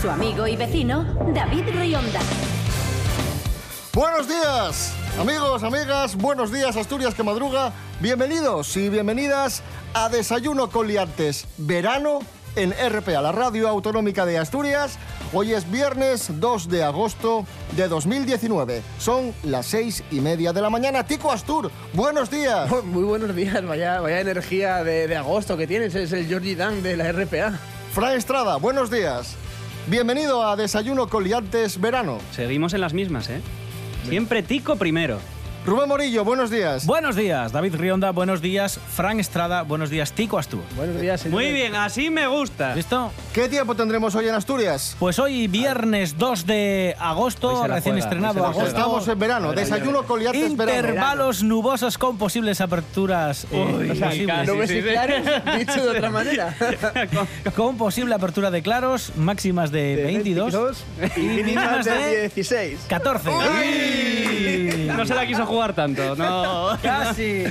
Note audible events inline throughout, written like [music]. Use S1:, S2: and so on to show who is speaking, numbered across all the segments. S1: Su amigo y vecino, David Rionda.
S2: Buenos días, amigos, amigas, buenos días Asturias que madruga. Bienvenidos y bienvenidas a Desayuno con Liantes, verano en RPA, la radio autonómica de Asturias. Hoy es viernes 2 de agosto de 2019. Son las seis y media de la mañana. Tico Astur, buenos días.
S3: Muy buenos días, vaya, vaya energía de, de agosto que tienes, es el Georgie Dan de la RPA.
S2: Fran Estrada, buenos días. Bienvenido a Desayuno con Liantes Verano.
S4: Seguimos en las mismas, ¿eh? Siempre tico primero.
S2: Rubén Morillo, buenos días.
S5: Buenos días, David Rionda. Buenos días, Frank Estrada. Buenos días, Tico Astur.
S3: Buenos días, señor.
S4: Muy bien, así me gusta.
S5: ¿Listo?
S2: ¿Qué tiempo tendremos hoy en Asturias?
S5: Pues hoy, viernes 2 de
S4: Hoy
S5: agosto,
S4: se la
S5: recién
S4: juega,
S5: estrenado
S4: hoy se la
S5: agosto.
S2: Estamos en verano, desayuno con liantes verano.
S5: Intervalos nubosos con posibles aperturas eh, posibles.
S4: casi.
S3: ¿Lo
S4: Sí,
S3: ves
S4: sí, sí.
S3: claro? Dicho de otra
S4: [laughs]
S3: manera.
S5: Con posible apertura de claros, máximas de, 22,
S4: [laughs]
S3: y mínimas de 16.
S5: 14.
S4: ¿eh? No se la quiso jugar tanto,
S3: [laughs]
S4: no.
S5: Casi.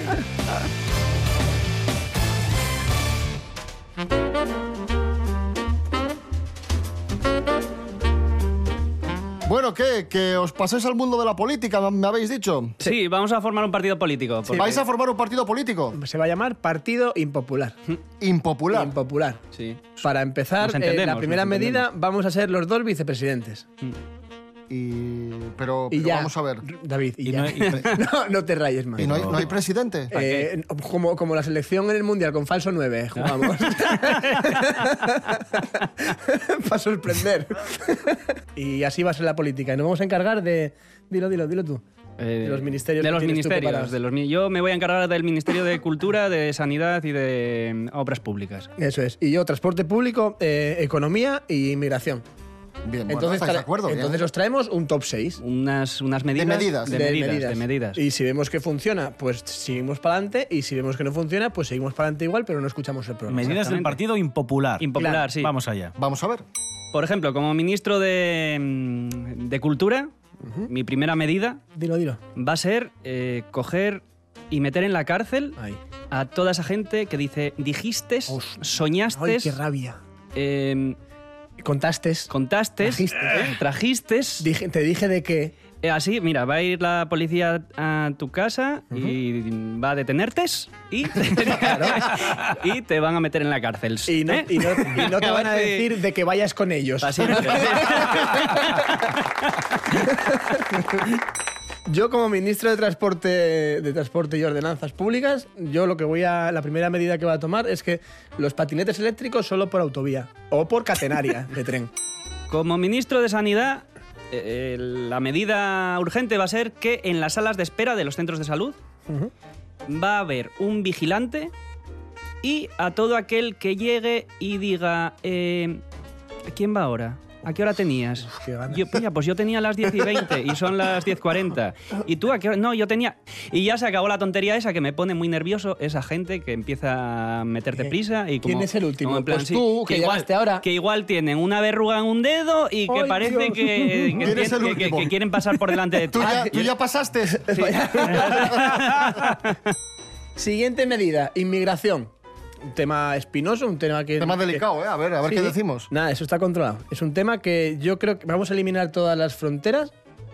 S2: Bueno, ¿qué? Que os paséis al mundo de la política, me habéis dicho.
S4: Sí, vamos a formar un partido político. porque-
S2: ¿Vais a formar un partido político?
S3: Se va a llamar Partido Impopular.
S2: Impopular.
S3: Impopular.
S4: Sí.
S3: Para empezar,
S4: Nos
S3: eh, la
S4: entendemos,
S3: primera
S4: nos entendemos. Mm.
S3: medida vamos a ser los dos vicepresidentes.
S2: Y... Pero,
S3: Y
S2: pero
S3: ya.
S2: vamos a ver.
S3: David, y,
S5: Y
S3: ya.
S5: no- y-
S3: [laughs] no, no te rayes más.
S2: ¿Y no hay, no hay presidente?
S3: Eh, como, como la selección en el Mundial con falso 9,
S4: [laughs]
S3: jugamos. Para sorprender. y así va a ser la política. Y nos vamos a encargar de... Dilo, dilo, dilo tú.
S4: Eh,
S3: de los ministerios.
S4: De
S3: que
S4: los
S3: tienes tú
S4: ministerios.
S3: preparados.
S4: de los mi- Yo me voy a encargar del Ministerio de Cultura, de Sanidad y de mm, Obras Públicas.
S3: Eso es. Y yo, transporte público, eh, economía y inmigración.
S2: Bien, bueno, estáis de
S3: tra-
S2: acuerdo. bien.
S3: entonces os traemos un top 6.
S4: Unas, unas medidas.
S2: medidas.
S4: De, medidas, de medidas.
S3: Y si vemos que funciona, pues seguimos para adelante. Y si vemos que no funciona, pues seguimos para adelante igual, pero no escuchamos el programa.
S5: Medidas del partido impopular.
S4: Impopular,
S3: Claro,
S4: sí.
S5: Vamos allá.
S2: Vamos a ver.
S4: Por ejemplo, como ministro de, mm, de Cultura, mi primera medida
S3: Dilo, dilo.
S4: va a ser eh, coger y meter en la cárcel
S3: Ay.
S4: a toda esa gente que dice, dijiste, em,
S3: Os-
S4: soñaste,
S3: Ay, qué rabia. Contaste.
S4: contaste,
S3: Trajiste.
S4: trajiste.
S3: Dije- te dije de que
S4: Eh, así, mira, va a ir la policía a tu casa y va a detenerte y,
S3: [laughs]
S4: [laughs] y te van a meter en la cárcel.
S3: y no,
S4: ¿eh?
S3: y no-
S4: [laughs]
S3: y no te van a
S4: A ver si-
S3: decir de que vayas con ellos.
S4: Así es.
S3: [laughs] Yo como ministro de transporte, de transporte y ordenanzas públicas, yo lo que voy a la primera medida que voy a tomar es que los patinetes eléctricos solo por autovía o por catenaria de tren.
S4: Como ministro de Sanidad, eh, eh, la medida urgente va a ser que en las salas de espera de los centros de salud va a haber un vigilante y a todo aquel que llegue y diga, eh, ¿quién va ahora? ¿A qué hora tenías?
S3: qué ganas.
S4: Yo, mira, pues yo tenía las 10 y 20 y son las 10.40. ¿Y tú a qué hora? No, yo tenía... Y ya se acabó la tontería esa que me pone muy nervioso esa gente que empieza a meterte
S3: Eh,
S4: prisa y
S3: ¿quién
S4: como-
S3: es el último?
S4: como en plan,
S3: Pues
S4: sí,
S3: tú, que llegaste ahora.
S4: que que igual tienen una verruga en un dedo y que
S3: ¡Ay,
S4: parece
S3: Dios! [laughs]
S4: que, que,
S2: Eres el
S4: tien- que- que-
S2: último.
S4: que quieren pasar por delante de ti.
S2: Tú
S4: Ah,
S2: ya, tú ya pasaste.
S3: [laughs] Siguiente medida, inmigración. Un tema espinoso, un tema que...
S2: Tema delicado, ¿eh? A ver, a ver
S3: Sí,
S2: qué
S3: sí.
S2: decimos.
S3: Nada, eso está controlado. Es un tema que yo creo que vamos a eliminar todas las fronteras,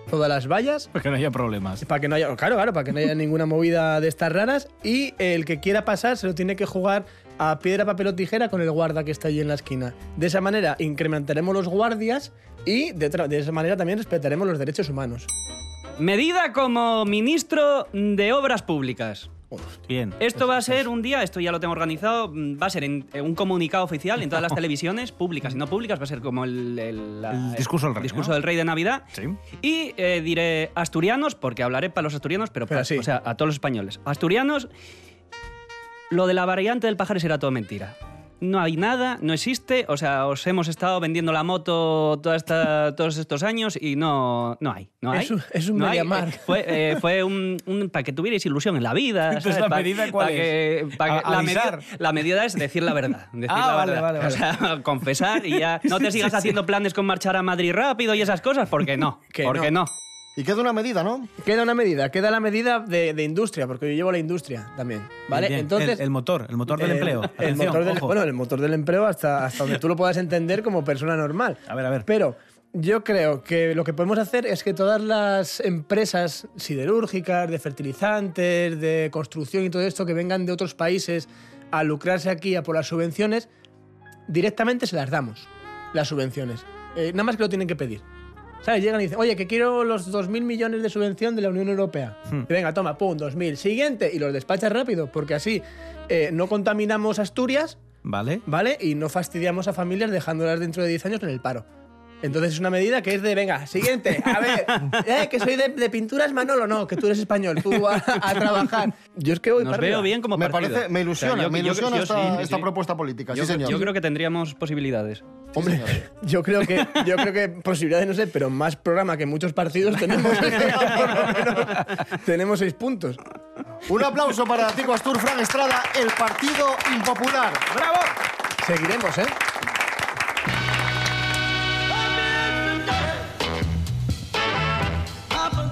S3: todas las vallas
S5: Porque no haya problemas.
S3: Para que no haya, claro, claro, para que no haya ninguna movida de estas raras. Y el que quiera pasar se lo tiene que jugar a piedra, papel o tijera con el guarda que está allí en la esquina. De esa manera incrementaremos los guardias y de, otra- de esa manera también respetaremos los derechos humanos.
S4: Medida como ministro de Obras Públicas.
S5: Bien.
S4: Esto va a ser un día, esto ya lo tengo organizado, mm, va a ser en, en un comunicado oficial en todas
S5: [laughs]
S4: las televisiones, públicas y no públicas, va a ser como el, el- la-
S5: El discurso del rey,
S4: discurso
S5: ¿no?
S4: del rey de Navidad.
S5: Sí.
S4: Y eh, diré asturianos, porque hablaré para los asturianos, pero,
S3: Pero
S4: para,
S3: sí.
S4: o sea, a todos los españoles. Asturianos, lo de la variante del pajar será todo mentira. no hay nada, no existe. O sea, os hemos estado vendiendo la moto toda esta- todos estos años y no, no hay. No hay
S3: Es un- es un
S4: no hay.
S3: Mediamar.
S4: Eh, Fue, eh,
S5: [laughs]
S4: fue un, para que tuvierais ilusión en la vida.
S5: Entonces,
S4: ¿sabes?
S5: Pues ¿la
S4: Pa-
S5: medida cuál
S4: pa' que-
S5: es?
S4: pa' que-
S5: A-
S4: la, medida,
S5: avisar.
S4: la medida es decir
S5: [laughs]
S4: la verdad. decir
S5: Ah,
S4: la
S5: vale,
S4: verdad.
S5: vale, vale.
S4: O sea, [laughs] confesar y ya. No te sigas haciendo planes con marchar a Madrid rápido y esas cosas,
S5: [laughs]
S4: porque no.
S3: Que
S4: porque
S3: no.
S4: no.
S2: Y queda una medida, ¿no?
S3: Queda una medida, queda la medida de, de industria, porque yo llevo la industria también. ¿Vale?
S5: Bien,
S3: Entonces. eh,
S5: el, el motor, el motor del
S3: el-
S5: empleo.
S3: el
S5: Atención,
S3: motor del,
S5: ojo.
S3: bueno, el motor del empleo hasta, hasta donde tú lo puedas entender como persona normal.
S5: A ver, a ver.
S3: Pero yo creo que lo que podemos hacer es que todas las empresas siderúrgicas, de fertilizantes, de construcción y todo esto que vengan de otros países a lucrarse aquí a por las subvenciones, directamente se las damos, las subvenciones. Eh, nada más que lo tienen que pedir. ¿Sabes? Llegan y dicen, oye, que quiero los 2.000 millones de subvención de la Unión Europea.
S4: Hmm.
S3: Y venga, toma, pum, 2.000. Siguiente. Y los despachas rápido, porque así eh, no contaminamos Asturias,
S5: Vale.
S3: ¿vale? Y no fastidiamos a familias dejándolas dentro de 10 años en el paro. Entonces es una medida que es de, venga, siguiente, a
S4: [laughs]
S3: ver, eh, que soy de, de pinturas Manolo, no, que tú eres español, tú a, a trabajar. Yo es que voy
S4: Nos
S3: para
S4: veo
S3: arriba.
S4: bien como
S2: Me
S4: partido.
S2: parece, me ilusiona,
S4: O sea, yo-
S2: me
S4: yo-
S2: ilusiona
S4: yo
S2: esta,
S4: sí, sí,
S2: esta
S4: sí.
S2: propuesta política,
S4: Yo,
S2: sí señor.
S4: yo creo que tendríamos posibilidades.
S2: Hombre,
S3: [laughs] Yo creo que, yo creo que posibilidades no sé, pero más programa que muchos partidos tenemos. [laughs] Por lo menos tenemos seis puntos.
S2: un aplauso para Tico Astur, Fran Estrada, el partido impopular.
S3: ¡Bravo! Seguiremos, ¿eh?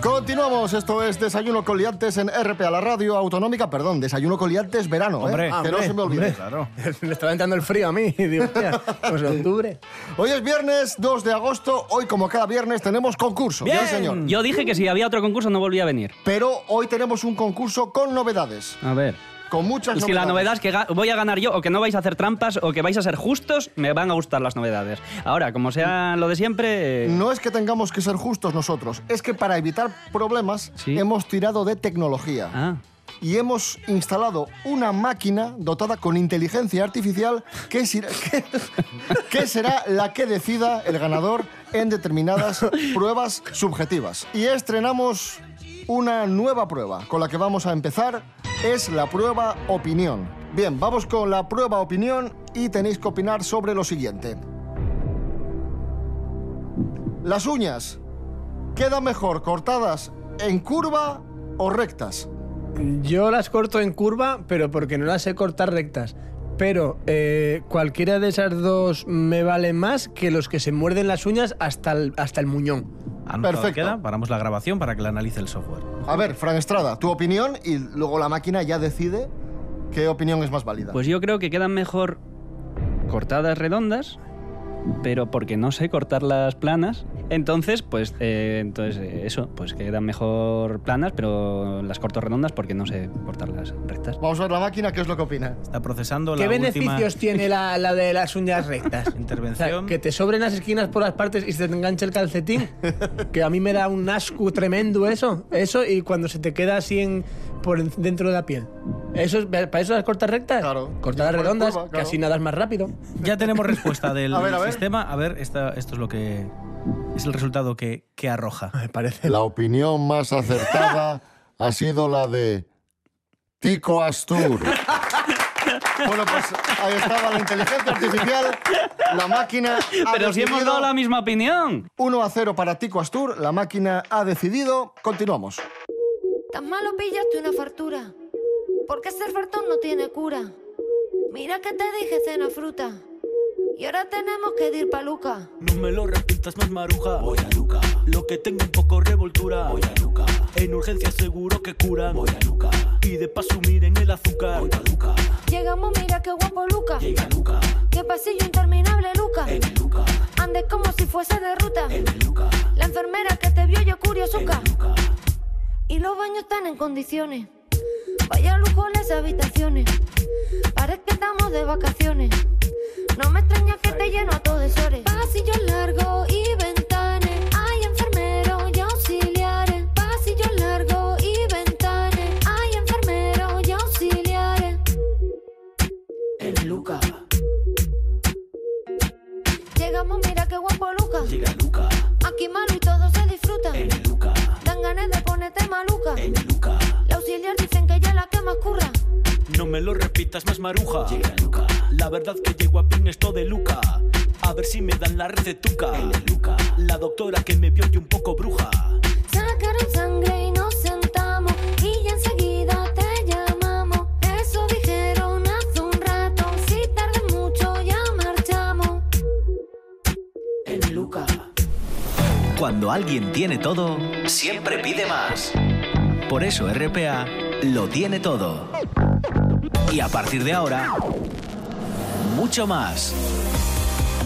S2: Continuamos, esto es Desayuno con Liantes en RPA, la radio autonómica, perdón, Desayuno con Liantes verano, ¿eh?
S5: Hombre,
S2: que no
S3: Ah, hombre,
S2: se me olvide.
S5: Claro.
S3: [laughs] Me estaba entrando el frío a mí. [laughs] y Digo, hostia, pues en octubre.
S2: Hoy es viernes 2 de agosto, hoy como cada viernes tenemos concurso,
S5: Bien.
S2: Sí, señor.
S4: Yo dije que si había otro concurso no volvía a venir.
S2: Pero hoy tenemos un concurso con novedades,
S4: A ver.
S2: con muchas
S4: Si la
S2: novedades.
S4: novedad es que ga- voy a ganar yo, o que no vais a hacer trampas, o que vais a ser justos, me van a gustar las novedades. Ahora, como sea lo de siempre. eh,
S2: No es que tengamos que ser justos nosotros, es que para evitar problemas
S4: Sí.
S2: hemos tirado de tecnología.
S4: Ah,
S2: y hemos instalado una máquina dotada con inteligencia artificial que, sir- [laughs] que- que será la que decida el ganador en determinadas
S4: [laughs]
S2: pruebas subjetivas. Y estrenamos una nueva prueba con la que vamos a empezar, es la prueba opinión. Bien, vamos con la prueba opinión y tenéis que opinar sobre lo siguiente. Las uñas, ¿quedan mejor cortadas en curva o rectas?
S3: Yo las corto en curva, pero porque no las sé cortar rectas. Pero eh, cualquiera de esas dos me vale más que los que se muerden las uñas hasta el, hasta el muñón.
S5: Anotado
S2: Perfecto.
S5: queda, paramos la grabación para que la analice el software.
S2: A ver, Fran Estrada, tu opinión y luego la máquina ya decide qué opinión es más válida.
S4: pues yo creo que quedan mejor cortadas redondas, pero porque no sé cortar las planas. Entonces, pues, eh, entonces eh, eso, pues quedan mejor planas, pero las corto redondas porque no sé cortarlas rectas.
S2: Vamos a ver la máquina, qué es lo que opina.
S5: Está procesando
S3: ¿Qué
S5: la última
S3: beneficios tiene la, la de las uñas rectas?
S5: [laughs]
S3: O sea,
S5: intervención.
S3: que te sobren las esquinas por las partes y se te enganche el calcetín. que a mí me da un asco tremendo eso. Eso y cuando se te queda así en, por en- dentro de la piel. Eso es- ¿Para eso las cortas rectas?
S2: Claro.
S3: Cortadas
S2: Y por
S3: redondas,
S2: curva,
S3: que
S2: claro.
S3: así nadas más rápido.
S5: Ya tenemos
S3: [laughs]
S5: respuesta del
S2: A ver, a ver.
S5: sistema. A ver, esta- esto es lo que es el resultado que, que arroja.
S3: Me parece.
S2: [laughs] La opinión más acertada ha sido la de Tico Astur. [laughs] Bueno, pues ahí estaba la inteligencia artificial, la máquina ha
S4: [laughs] Pero si hemos
S2: decidido
S4: dado la misma opinión.
S2: 1 a 0 para Tico Astur, la máquina ha decidido, continuamos.
S6: Tan malo pillaste una fartura. Porque ser fartón no tiene cura. Mira que te dije cena fruta. Y ahora tenemos que ir pa' Luca.
S7: No me lo repitas más maruja. Voy a Luca. Lo que tengo un poco revoltura. Voy a Luca. En urgencia seguro que curan. Voy a Luca. Y de paso miren el azúcar. Voy a Luca.
S6: Llegamos, mira qué guapo Luca.
S7: Llega Luca.
S6: Qué pasillo interminable Luca.
S7: En el Luca.
S6: Andes como si fuese de ruta.
S7: En el Luca.
S6: La enfermera que te vio yo curiosuca.
S7: Luca.
S6: Y los baños están en condiciones. Vaya lujo las habitaciones. Parece que estamos de vacaciones. No me extraña que te lleno a todo de sores. Pasillos largos y ventanas. Hay enfermeros y auxiliares. Pasillos largos y ventanas. Hay enfermeros y auxiliares.
S7: En el Luca.
S6: Llegamos, mira qué guapo Lucas.
S7: Llega Luca.
S6: Aquí malo y todo se disfruta.
S8: eh.
S7: En el Luca.
S6: Dan ganas de ponerte maluca.
S7: En el Luca.
S6: La auxiliar dicen que ya la que más curra.
S7: No me me lo repitas más maruja. Llega Luca. La verdad que llego a pin esto de Luca. A ver si me dan la recetuca. Luca. La doctora que me vio y un poco bruja.
S6: Sacaron sangre y nos sentamos y ya enseguida te llamamos. Eso dijeron hace un rato. Si tarde mucho ya marchamos.
S7: En Luca.
S9: Cuando alguien tiene todo, siempre pide más. Por eso RPA lo tiene todo. Y a partir de ahora, mucho más.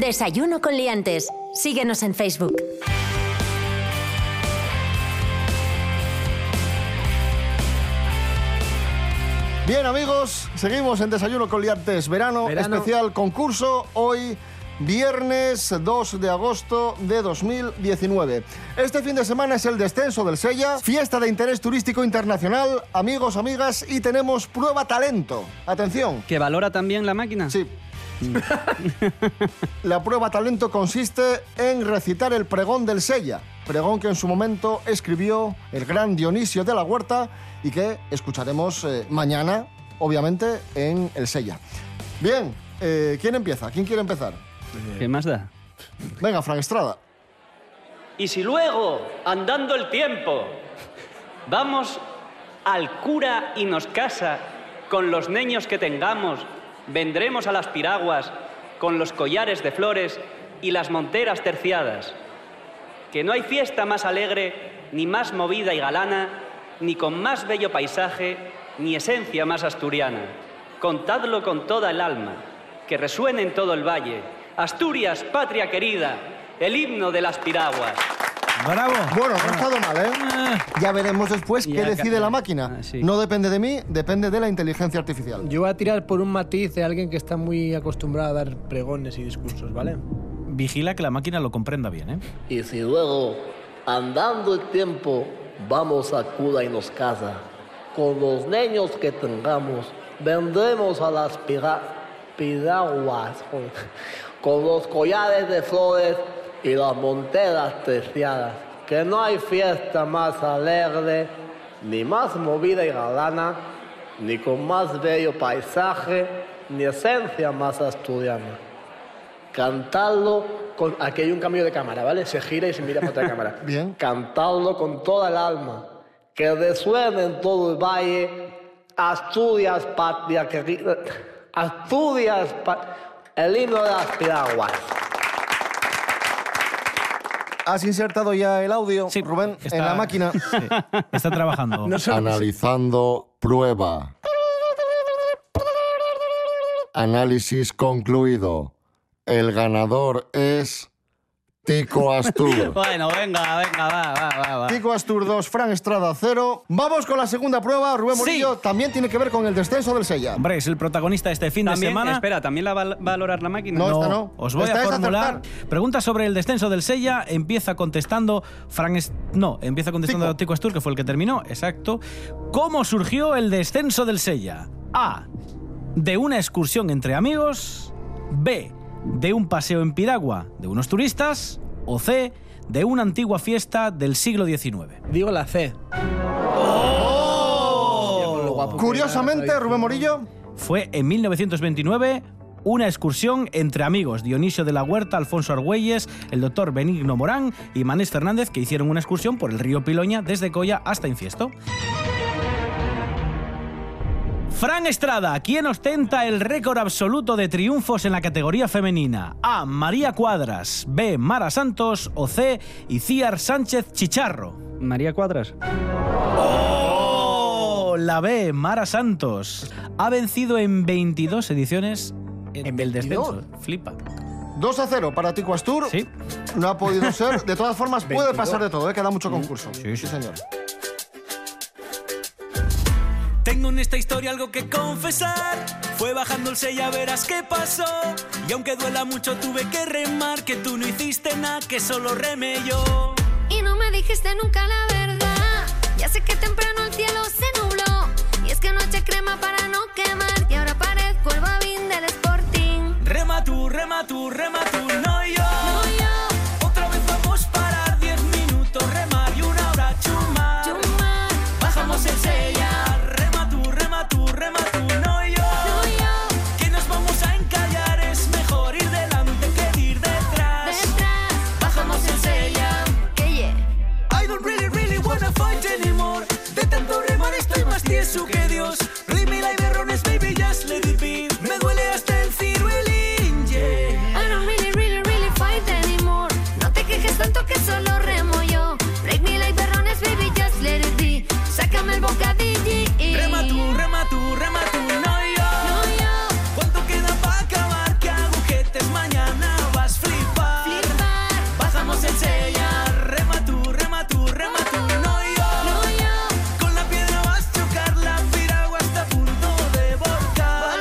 S1: Desayuno con liantes. Síguenos en Facebook.
S2: Bien, amigos, seguimos en Desayuno con Liantes Verano,
S3: Verano.
S2: especial concurso hoy, viernes 2 de agosto de 2019. Este fin de semana es el descenso del Sella, fiesta de interés turístico internacional, amigos, amigas, y tenemos prueba talento. Atención.
S4: ¿Que valora también la máquina? Mm.
S2: Sí. [laughs] La prueba talento consiste en recitar el pregón del Sella, pregón que en su momento escribió el gran Dionisio de la Huerta y que escucharemos eh, mañana, obviamente, en el Sella. Bien, eh, ¿quién empieza? ¿Quién quiere empezar?
S4: ¿Qué más da?
S2: Venga, Frank Estrada.
S7: Y si luego, andando el tiempo,
S4: Vamos al cura y nos casa, con los niños que tengamos, vendremos a las piraguas, con los collares de flores y las monteras terciadas. Que no hay fiesta más alegre, ni más movida y galana, ni con más bello paisaje, ni esencia más asturiana. Contadlo con toda el alma, que resuene en todo el valle. Asturias, patria querida, el himno de las piraguas.
S5: ¡Bravo! Ah.
S2: Bueno, no ha estado mal, ¿eh? Ya veremos después
S4: Ya
S2: qué decide
S4: ca-
S2: la máquina.
S4: Ah, sí.
S2: No depende de mí, depende de la inteligencia artificial.
S3: Yo voy a tirar por un matiz de alguien que está muy acostumbrado a dar pregones y discursos, ¿vale?
S5: Vigila que la máquina lo comprenda bien, ¿eh?
S10: Y si luego, andando el tiempo, vamos a cura y nos casa, con los niños que tengamos, vendremos a las pira- piraguas, con, con los collares de flores y las monteras terciadas, que no hay fiesta más alegre, ni más movida y galana, ni con más bello paisaje, ni esencia más asturiana cantarlo con... Aquí hay un cambio de cámara, ¿vale? Se gira y se mira para otra cámara.
S2: Bien.
S10: Cantarlo con toda el alma. Que resuene en todo el valle. Asturias, patria querida. Asturias, pa- el himno de las piraguas.
S2: Has insertado ya el audio,
S5: Sí,
S2: Rubén,
S5: está-
S2: en la
S4: [laughs]
S2: máquina.
S5: Sí,
S2: [laughs]
S5: está trabajando.
S3: No solo-
S11: Analizando prueba. Análisis concluido. El ganador es Tico
S5: [laughs]
S11: Astur.
S4: Bueno, venga, venga, va, va, va. va.
S2: Tico Astur 2, Fran Estrada 0. Vamos con la segunda prueba. Rubén
S4: Sí.
S2: Morillo también tiene que ver con el descenso del Sella.
S5: Hombre, es el protagonista este fin
S4: También,
S5: de semana.
S4: espera, ¿también la va a valorar la máquina?
S2: No, esta
S5: Os voy
S2: Esta
S5: a
S2: es
S5: formular
S2: acertar.
S5: preguntas sobre el descenso del Sella. Empieza contestando Frank. Est- No, empieza contestando
S2: Tico.
S5: Tico Astur, que fue el que terminó. Exacto. ¿Cómo surgió el descenso del Sella? A. De una excursión entre amigos. B. De un paseo en piragua de unos turistas. O C. De una antigua fiesta del siglo XIX.
S3: Digo la C.
S4: Oh.
S2: Curiosamente, Rubén Morillo,
S5: Fue en 1929 una excursión entre amigos, Dionisio de la Huerta, Alfonso Argüelles, el doctor Benigno Morán y Manés Fernández, que hicieron una excursión por el río Piloña desde Colla hasta Infiesto. Fran Estrada, quien ostenta el récord absoluto de triunfos en la categoría femenina. A. María Cuadras, B. Mara Santos o C. Iciar Sánchez Chicharro.
S4: María Cuadras.
S5: Oh, La B, Mara Santos. Ha vencido en 22 ediciones en el descenso. Flipa.
S2: 2 a 0 para Tico Astur.
S5: Sí.
S2: No ha podido ser.
S5: [laughs]
S2: De todas formas, puede pasar de todo, ¿eh? queda mucho concurso. Sí, señor.
S7: Tengo
S8: Tengo en esta historia algo que confesar. Fue bajando el sello, ya verás qué pasó. Y aunque duela mucho, tuve que remar. Que tú no hiciste nada, que solo remé yo.
S6: Y no me dijiste nunca la verdad. Ya sé que temprano el cielo se nubló. Y es que no eché crema para no quemar. Y ahora parezco el babín del Sporting.
S8: Rema tú, rema tú, rema tú, no yo. Otra vez vamos para 10 minutos, remar y una hora chumar. Bajamos el sellar. Rema tú, rema tú, rema tú, no yo. Que nos vamos a encallar, es mejor ir delante que ir detrás. Bajamos el sellar. I don't really, really wanna fight anymore. De tanto remar estoy más tieso que Dios. Rimi la berrones, baby, just let it be. Me duele hasta el ciruelín, yeah.
S6: I don't really, really, really fight anymore. No te quejes tanto que solo remo yo. Break me like berrones, baby, just let it be. Sácame el bocadillo.
S8: Rema tú, rema tú, rema tú, no yo. ¿Cuánto queda para acabar? Que agujetes mañana vas a flipar. Bajamos el sellar. Rema tú, rema tú, rema tú, no yo. Con la piedra vas a chocar, la piragua está a punto de volcar.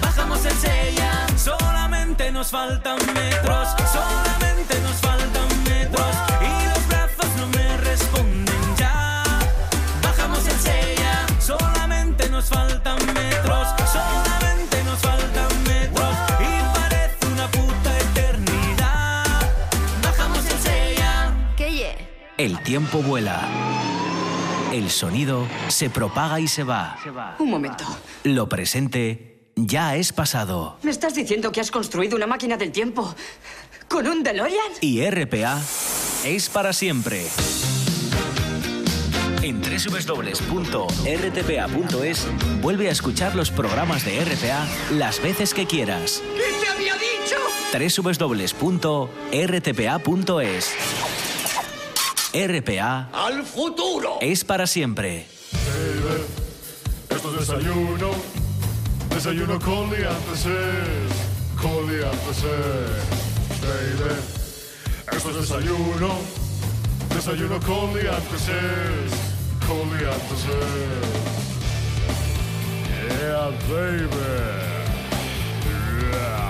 S8: Bajamos el sellar. Solamente nos faltan metros. Solamente nos faltan metros. Y los brazos no me responden ya. Bajamos el sella, solamente nos faltan metros, solamente nos faltan metros y parece una puta eternidad. Bajamos el sella,
S6: Que yeah.
S9: El tiempo vuela. El sonido se propaga y se va.
S12: Un momento.
S9: Lo presente ya es pasado.
S12: ¿Me estás diciendo que has construido una máquina del tiempo con un DeLorean?
S9: Y RPA es para siempre. En www.rtpa.es vuelve a escuchar los programas de RPA las veces que quieras.
S8: ¿Qué te había dicho?
S9: www.rtpa.es RPA
S8: Al futuro.
S9: es para siempre.
S13: Esto es desayuno. Desayuno con liantes. Con liantes. Baby. Esto es desayuno. Desayuno con liantes. Con liantes. Yeah, baby. Yeah.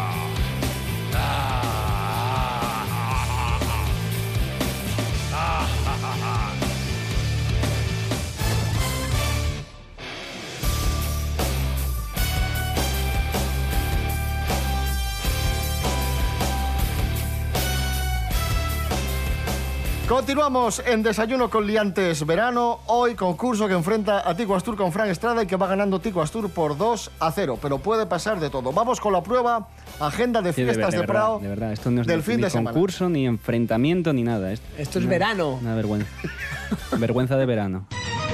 S13: Ah. Ah, ah, ah, [laughs] ah. [laughs]
S2: Continuamos en Desayuno con Liantes Verano. Hoy concurso que enfrenta a Tico Astur con Frank Estrada y que va ganando Tico Astur por 2 a 0. Pero puede pasar de todo. Vamos con la prueba. Agenda de
S14: Sí,
S2: [laughs]
S14: de,
S2: fiestas de,
S14: ver- de verdad,
S2: Prado.
S14: de verdad, esto no es
S2: del
S14: ni-
S2: fin
S14: ni
S2: de semana.
S14: concurso, ni enfrentamiento, ni nada.
S2: Esto es
S14: una-
S2: verano.
S14: Una vergüenza. [laughs] vergüenza de verano.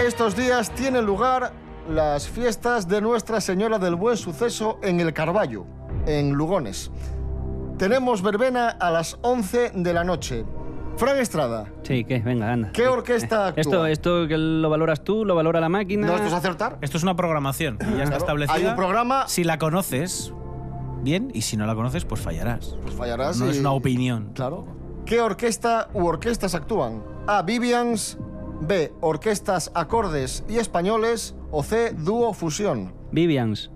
S2: Estos días tienen lugar las fiestas de Nuestra Señora del Buen Suceso en el Carballo, en Lugones. Tenemos verbena a las 11 de la noche. Fran Estrada,
S14: Sí, ¿qué? Venga, anda.
S2: ¿qué orquesta actúa?
S14: Esto, esto que lo valoras tú, lo valora la máquina.
S2: ¿No esto es acertar?
S5: Esto es una programación. y Ya está establecida.
S2: Hay un programa.
S5: Si la conoces, bien. Y si no la conoces, pues fallarás. Pues
S2: fallarás
S5: No
S2: y-
S5: es una opinión.
S2: Claro. ¿Qué orquesta u orquestas actúan? A. Vivians. B. Orquestas acordes y españoles. O C. Dúo fusión.
S14: Vivians.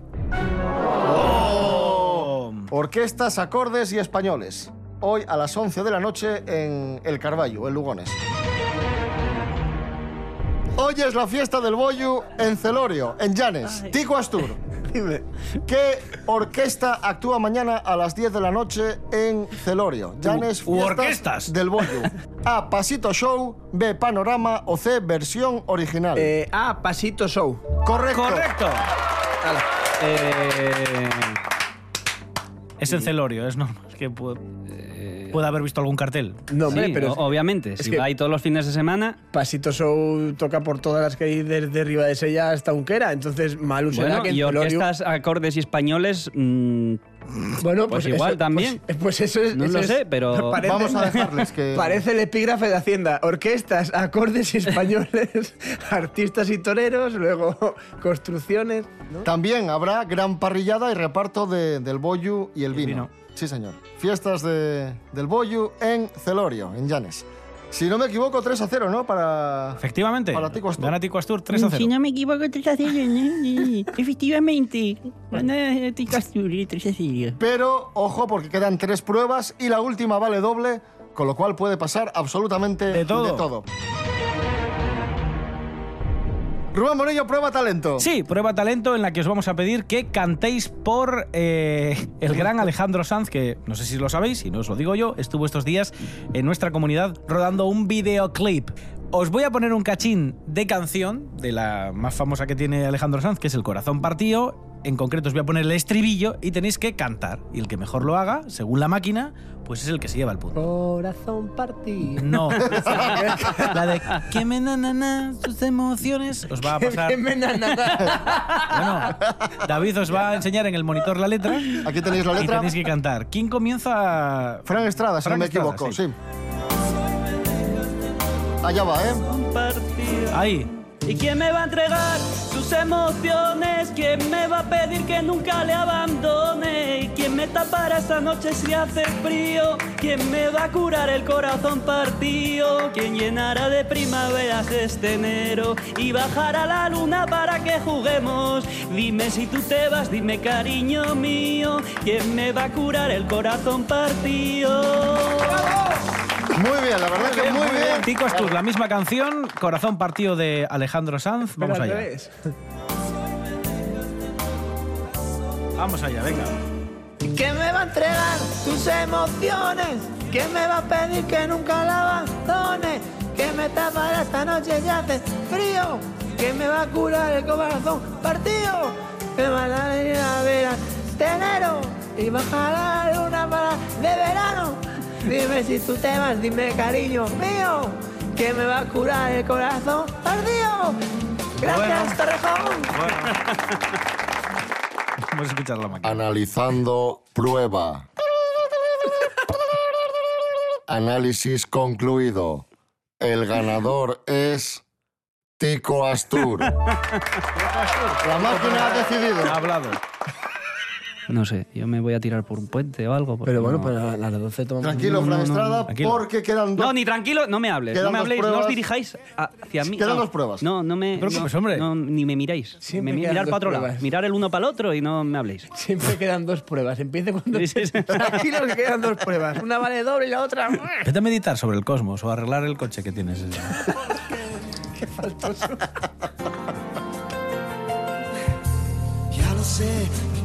S2: Oh. Orquestas acordes y españoles. Hoy a las 11 de la noche en El Carballo, en Lugones. Hoy es la fiesta del Boyu en Celorio, en Llanes, Tico Astur. Dime. ¿Qué orquesta actúa mañana a las 10 de la noche en Celorio? Llanes,
S5: U- u
S2: Fiestas
S5: orquestas.
S2: del Boyu. A. Pasito Show, B. Panorama o C. Versión original.
S3: A. Pasito Show.
S2: Correcto.
S5: Correcto.
S14: Eh,
S5: Es en Celorio, es normal. Es que puede,
S2: Eh.
S5: puede haber visto algún cartel.
S3: No, hombre,
S14: Sí,
S3: pero.
S14: o- obviamente, si va ahí todos los fines de semana.
S3: Pasito Show toca por todas las que hay desde Riva de Sella hasta Unquera. Entonces, mal será
S14: Bueno,
S3: que en
S14: y
S3: Celorio-
S14: orquestas acordes y españoles. mm,
S3: Bueno,
S14: pues,
S3: pues
S14: igual
S3: eso-
S14: también.
S3: pues- pues eso es.
S14: No
S3: eso
S14: lo
S3: es-
S14: sé, pero.
S3: [laughs] parece- [laughs] Parece el epígrafe de Hacienda. Orquestas,
S14: [laughs]
S3: acordes españoles, [laughs] artistas y toreros, luego construcciones.
S2: También habrá gran parrillada y reparto de- del bollo y el vino. Sí, señor. Fiestas de- del bollo en Celorio, en Llanes. Si no me equivoco, 3 a 0, ¿no? Para.
S5: Efectivamente.
S2: Para Tico Astur.
S5: Gana Tico Astur 3 a 0.
S15: Si no me equivoco, 3 a 0. Efectivamente. Gana Tico Astur 3 a 0.
S2: Pero, ojo, porque quedan tres pruebas y la última vale doble, con lo cual puede pasar absolutamente de
S5: todo.
S2: Rubén Morillo, prueba talento.
S5: Sí, prueba talento en la que os vamos a pedir que cantéis por eh, el gran Alejandro Sanz, que no sé si lo sabéis, si no os lo digo yo, estuvo estos días en nuestra comunidad rodando un videoclip. Os voy a poner un cachín de canción, de la más famosa que tiene Alejandro Sanz, que es El Corazón Partido. En concreto os voy a poner el estribillo y tenéis que cantar. Y el que mejor lo haga, según la máquina, pues es el que se lleva el punto.
S16: Corazón partido. [laughs]
S5: No. la de que me nanana sus emociones os va a pasar.
S16: Que me
S5: nanana. Bueno, David os va a enseñar en el monitor la letra.
S2: Aquí tenéis la
S5: Y
S2: letra.
S5: tenéis que cantar. ¿Quién comienza?
S2: Fran Estrada, si
S5: Fran
S2: no me
S5: Estrada,
S2: equivoco,
S5: sí.
S2: sí. Allá va, ¿eh?
S5: Ahí.
S17: ¿Y quién me va a entregar sus emociones? ¿Quién me va a pedir que nunca le abandone? ¿Y quién me tapará esta noche si hace frío? ¿Quién me va a curar el corazón partido? ¿Quién llenará de primaveras este enero? Y bajará la luna para que juguemos. Dime si tú te vas, dime cariño mío. ¿Quién me va a curar el corazón partido?
S2: Muy bien, la verdad que muy bien.
S5: Tico Astur, la misma canción, Corazón Partido de Alejandro Sanz.
S16: Pero
S5: Vamos
S16: al
S5: allá.
S16: revés.
S5: Vamos allá, venga.
S17: ¿Quién me va a entregar tus emociones? ¿Quién me va a pedir que nunca la abandone? ¿Quién me tapará esta noche ya hace frío? ¿Quién me va a curar el corazón partido? ¿Quién me va a dar la vera de enero? Y bajará la luna para de verano. Dime si tú te vas, dime cariño mío. ¿Quién me va a curar el corazón partido? Gracias, Torrejón.
S5: Vamos a escuchar la máquina.
S11: Analizando prueba. Análisis concluido. El ganador es Tico Astur.
S2: La máquina ha decidido.
S5: Ha hablado.
S4: No sé, yo me voy a tirar por un puente o algo. porque
S16: Pero bueno,
S4: no-
S16: pues a las 12 tomamos.
S2: Tranquilo, Fran Estrada,
S5: tranquilo.
S16: [laughs]
S2: porque quedan dos.
S4: No, ni tranquilo, no me hables.
S2: Quedan
S4: No me
S2: dos
S4: habléis, no
S2: pruebas.
S4: os dirijáis a- hacia mí.
S2: Quedan
S4: no.
S2: dos pruebas.
S4: No, no me.
S5: No te preocupes,
S4: no-
S5: hombre.
S4: no, ni me miráis.
S16: Siempre
S4: Me-
S16: quedan
S4: mirar
S16: dos
S4: para otro lado.
S16: pruebas.
S4: Mirar el uno para el otro y no me habléis.
S16: Siempre quedan dos pruebas. Empiece cuando.
S4: Sí, sí, sí.
S16: Aquí nos [laughs] quedan dos pruebas. Una vale doble y la otra.
S5: Vete a meditar sobre el cosmos o a arreglar el coche que tienes.
S16: Qué faltoso.
S17: [laughs] Ya lo sé, mi